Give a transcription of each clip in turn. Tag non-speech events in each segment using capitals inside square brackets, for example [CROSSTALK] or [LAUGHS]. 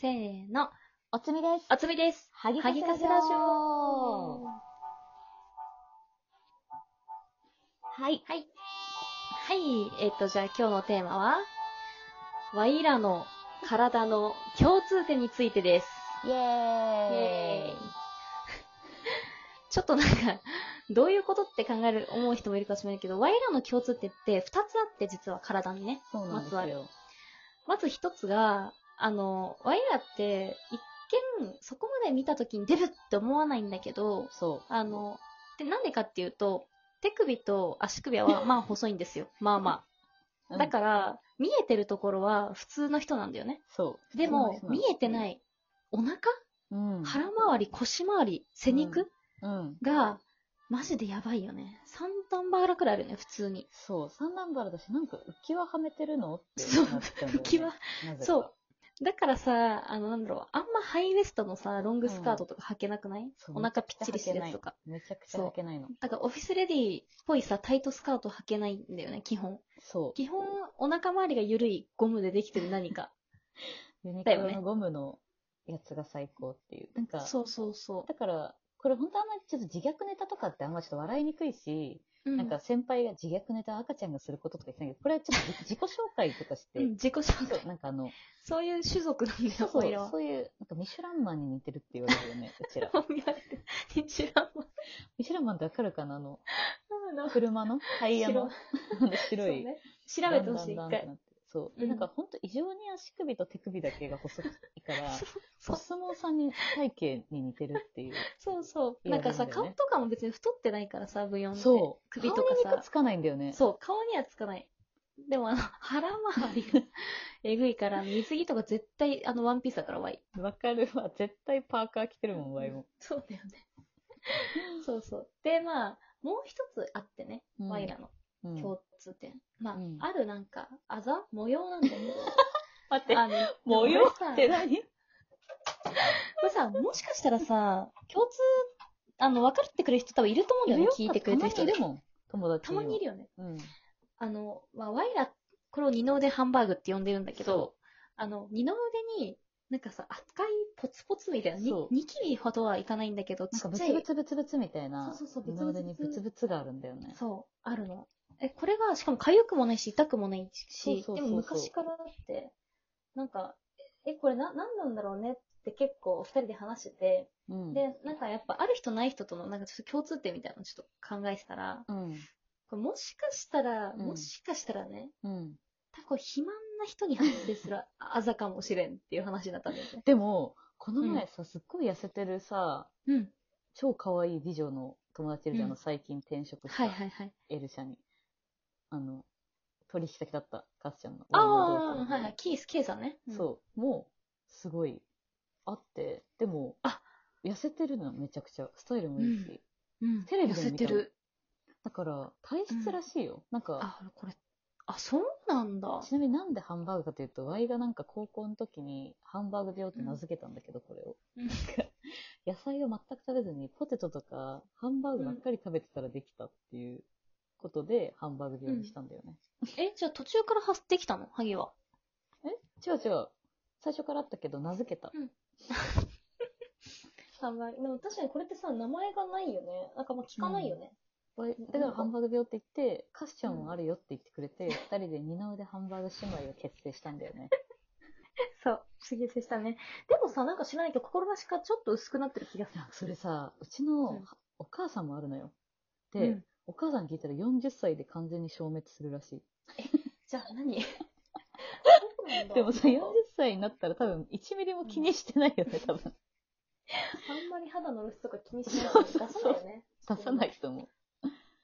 せーの。おつみです。あつみです。はぎはぎかせラジオ。はい。はい。はい。えっ、と、じゃあ今日のテーマは、ワイらの体の共通点についてです。イエーイ。イエーイ [LAUGHS] ちょっとなんか、どういうことって考える、思う人もいるかもしれないけど、ワイらの共通点って2つあって、実は体にね。そうなんですまずよ。まず1つが、あの、ワイらって、一見、そこまで見た時にデブって思わないんだけど、そあの、で、なんでかっていうと、手首と足首はまあ細いんですよ。まあまう。あ。だから、見えてるところは普通の人なんだよね。ら、そう。。でも、見えてないいお腹うん。腹周り、腰周り、背う肉うん。が、マジでやばいよね。三段バーラくらいあるよね、普通に。そう。三段腹だし、なんか浮き輪はめてるのってそうなっちゃうんだよね浮き輪。なぜかそう。だからさ、あの、なんだろう、あんまハイウエストのさ、ロングスカートとか履けなくない、そうお腹ぴっちりしてるやつとか。めちゃくちゃ履けないの。だからオフィスレディっぽいさ、タイトスカート履けないんだよね、基本。そ基本、お腹周りが緩いゴムでできてる何か。う。ユニクだよロねのゴムのやつが最高っていう。なんか、そうそうそだから、これ本当あんまりちょっと自虐ネタとかってあんまちょっと笑いにくいし、う。なんか先輩が自虐ネタ赤ちゃんがすることとか言ってたけど、これはちょっと自自己紹介とかして、うん、うん自己紹そ介う、。なんかあの、そういう種族なんだそよう、そおいらうは。そういう、なんかミシュランマンに似てるって言われるよね、う [LAUGHS] ちら。知らんわ。ミシュランマンってわかるかなあの、車のタイヤの白そい。うね調べてほしい、一だんだんだんだんって回。なってそう。うで、んなんか本当異常に足首と手首だけが細いから、そおう相撲さんに体型に似てるっていう。そうそう。いやなんかさ、なんだよ顔ねとかも別に太ってないからさ、ブヨンって。そう。首とかさ顔に肉つかないんだよね。そう、顔にはつかない。でもあの、腹周り [LAUGHS] がえぐいから、水着とか絶対、あの、ワンピースだから、ワイ。わかるわ。絶対パーカー着てるもん、ワイも。そうだよね。そうそう。で、まあ、もう一つあってね、うんワイらのうん共通点。まあ、うんあるなんか、あざ模様なんだよね。待って、あの模様これさって何これさ、もしかしたらさ、共通、あの、分かってくれる人多分いると思うんだよね、聞いてくれてる人たまにいでるも。もん。友達たまにいるよ。よね。うん。あの、まあ、ワイラ、これを二の腕ハンバーグって呼んでるんだけどそ、あの、二の腕に、なんかさ、赤いポツポツみたいな、にそうニキビほどはいかないんだけど、なんちかっブちゃツブい、ツブツブツみたいな。そうそうそう二の腕にブツブブツツブツがあるんだよね。そう、あるの。え、これが、しかも痒くもないし、痛くもないし、そうそうそうそうでも昔からだって、なんか、え、これな、なんなんだろうねって結構二人で話してて、うん。で、なんかやっぱある人ない人とのなんかちょっと共通点みたいなのちょっと考えてたら、うん。これもしかしたら、うんもしかしたらね、うん。タコ肥満な人に発生するあざかもしれんっていう話になったんだよね。でも、この前さ、すっごい痩せてるさ、うん。超可愛い美女の友達いるじゃうん。んあの最近転職したはいはいはい。エルシャに。あの、取引先だった、カスちゃんの。あ女のあ、子はいはい。キース、ケイさんね。そう、もう、すごい、あって、でも、あ痩せてるのめちゃくちゃ、スタイルもいいし、うん。うん。テレビ痩でせも見たてのる。だから、体質らしいよ。なんか、あ、これ。あ、そうなんだ。ちなみになんでハンバーグかというと、ワイがなんか高校の時に、ハンバーグ病って名付けたんだけど、これを。うん野菜を全く食べずに、ポテトとか、ハンバーグばっかり食べてたらできたっていうことで、ハンバーグ病にしたんだよね。え、じゃあ途中から発ってきたの萩は。違う違う。最初からあったけど、名付けた。あんまり、でも確かにこれってさ、名前がないよね。なんかまあ聞かないよね。わいだからハンバーグ病って言って、カッションもあるよって言ってくれて、二人で二の腕ハンバーグ姉妹を結成したんだよね。 [LAUGHS] そう、不思議でしたね。でもさ、なんか知らないけど、志がちょっと薄くなってる気がすいるや。それさ、ううちんのお母さんもあるのよ。で、うんお母さんに聞いたら40歳で完全に消滅するらしい。じゃあ [LAUGHS] 何でもさ、40歳になったら多分1ミリも気にしてないよね、多分。あんまり肌の露出とか気にしないそうそうそ出さなういよね。出さないと思う。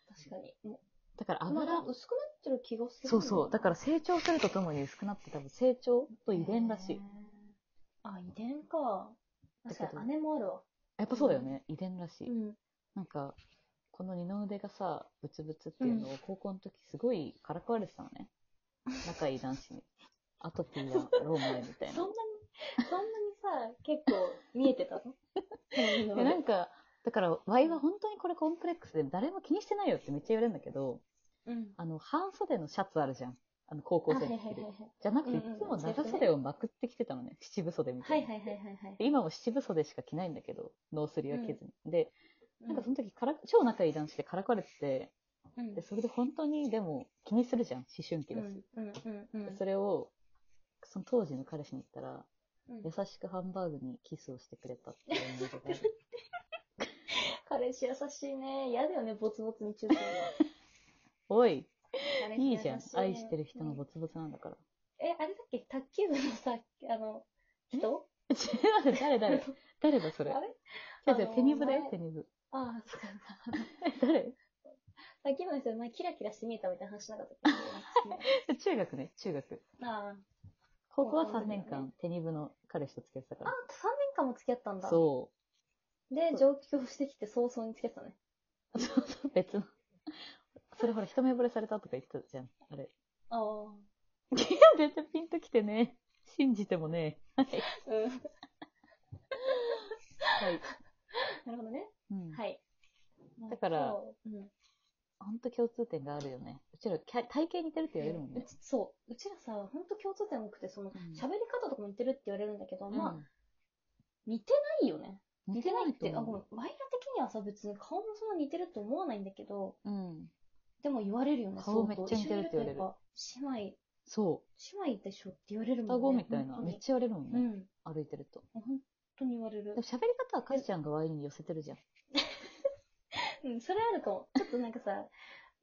確かに。もだからう油、まあ、薄くなってる気がする、、そうそう。だからら成長するとともに薄くなって多分成長と遺伝らしへーい。。あ、遺伝か。だけど確かに姉もあるわ。やっぱそうだよね。遺伝らしい。うん。なんか、この二の腕がさ、ブツブツっていうのを高校の時すごいからかわれてたのね。仲いい男 [LAUGHS] 子に。アトピーがローマでみたいそんななに、そんなにさ、結構見えて [LAUGHS] たのそういうので。なんか、だから、ワイは本当にこれコンプレックスで誰も気にしてないよってめっちゃ言われるんだけど、うん。あの、半袖のシャツあるじゃん。あの、高校あは生いのはいはい時ではい。じゃなくうて、いんうんつも長袖をまくってきてたのね。七分袖みたはいいはな。いはいはいはい。で今も七分袖しか着ないんだけど、ノースリは着ずに。で、うなんかその時から、超仲いい男子でからかれてて、うんうんで、それで本当にでも気にするじゃん、思春期だし。うんうんうんうでんそれを、その当時の彼氏に言ったら、うん優しくハンバーグにキスをしてくれたっていう思い出が [LAUGHS] ある。彼氏優しいね。嫌だよね、ボツボツに中性は。おい、彼氏い優いじゃんし。愛してる人のうんボツボツなんだから。 [LAUGHS] え、あれだっけ卓球部のさ、あの、人違う、誰 [LAUGHS] 誰誰だそれ。あれ違う違あう、のテニブだよ前、テニブ。ああ、そうか。え [LAUGHS] 誰 [LAUGHS] 卓球部の人、前キラキラして見えたみたいな話しな [LAUGHS] かったっけ中学ね、中学。ああ。高校は高校3の時だよ年ね間、テニブの彼氏と付き合ってたかあ、3ら。年間も付き合ったんだ。そで、上京してきて早々に付き合ってたね。う。そうそう、別の。それほら、一目惚れされたとか言ってたじゃん、あれ。ああ。全然ピンときてね。信じてもね。うん。 [LAUGHS] はい。なるほどね。うん。はい。だからそう、うん。ほんと共通点があるよね。うちら、きゃ体型似てるって言われるもんうね。ちそう。うちらさ、ほんと共通点多くて、その、ん喋り方とかも似てるって言われるんだけど、まあ、うん似てないよね。似てないって、あ、ごめんう。。ワイラ的にはさ、別に顔もそんな似てると思わないんだけど、うん。でも言われるよね、顔めっちゃ似てるって言わ一緒にいれるるとやっそぱ姉妹、姉妹でしょって言われるう。も双ん子みたいな。本当めにっちゃ言われるもんうね。ん。歩いてると。本当に言われるでも。喋り方はカジちゃんがワインに寄せてるじゃん。うん、それあるかも。ちょっとなんかさ、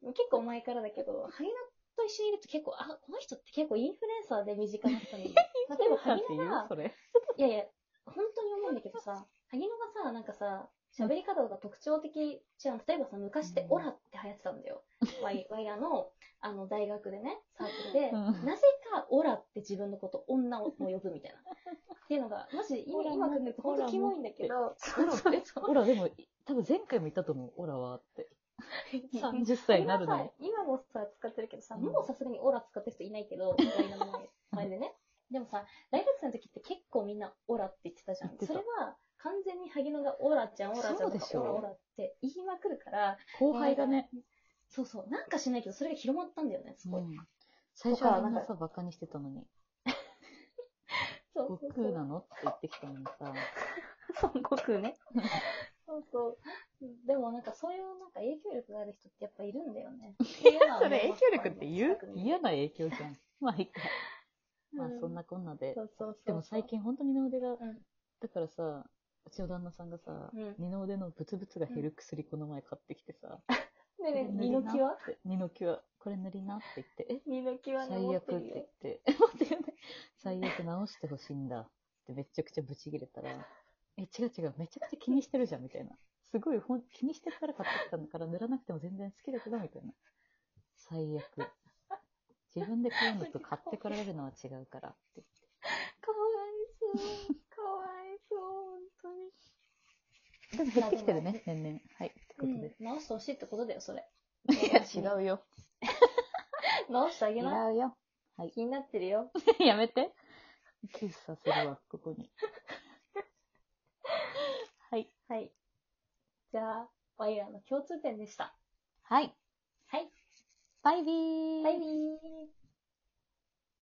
結構前からだけど、萩野と一緒にいると結構、あ、この人って結構インフルエンサーで身近な人に。例えば萩って野言うが、それ。いやいや、本当に思うんだけどさ、萩野がさ、なんかさ、喋り方が特徴的じゃん。例えばさ、昔ってうんオラって流行ってたんだよ。ワ [LAUGHS] イワイラの、あの、大学でね、サークルで、うんなぜかオラって自分のこと、女をも呼ぶみたいな。っていうのが、マジでオラ今、も今考えると本当キモいんだけど、 [LAUGHS] そうそうそうオラでも、多分前回も言ったと思う。オラはって。さ30歳になるの今にさ。今もさ、使ってるけどさ、うんもうさすがにオラ使ってる人いないけど、大学の前でね。 [LAUGHS] でもさ、大学生の時って結構みんなオラって言ってたじゃん言っ。てたそれは完全に萩野がオラちゃん、オラちゃんとかそうでしょオラオラって言いまくるから、後輩がね。そうそう、なんかしないけど、それが広まったんだよね、すごい。うん最初はみんなさ、バカにしてたのに、そう悟そうそ空なう。のって言ってきたのにさ、そう、悟空ね。そうそう。でもなんかそういうなんか影響力がある人ってやっぱいるんだよ [LAUGHS] ね。 [LAUGHS] それ影響力って言うう [LAUGHS] 嫌な影響じゃん。 [LAUGHS] まあ、いいか。まあ、そん。うなこんなでそ。うそうそう。でも最、近本当に二の腕が、うん。だからさ、うちの旦那さんがさ、うん二の腕のブツブツが減る薬この前買ってきてさ、ねえねえ、これ身塗のりな際って二の際、これ塗りなって言って、え身の [LAUGHS] 際ね、持最っ悪てっるてよ。言って、待ってよね最悪直してほしいんだってめちゃくちゃブチ切れたら、え、違う違う、めちゃくちゃ気にしてるじゃんみたいな。すごいほん気にしてるから買ってきたんだから塗らなくても全然好きだけどみたいな。最悪。自分で買うの [LAUGHS] と買ってこられるのは違うからって。かわいそう。かわいそう、でも減ってきてるね、年々。はい、ってこ本当に。とうでん、直してほしいってことだよ、それ。す。 [LAUGHS] いや、違うよ。直してあ違げうな。よ。気になってるよ。 [LAUGHS] やめて。キスさせるわ、ここに。 [LAUGHS] はい。はい。じゃあ、ワイヤーの共通点でした。はい。はい。バイビー。バイビー。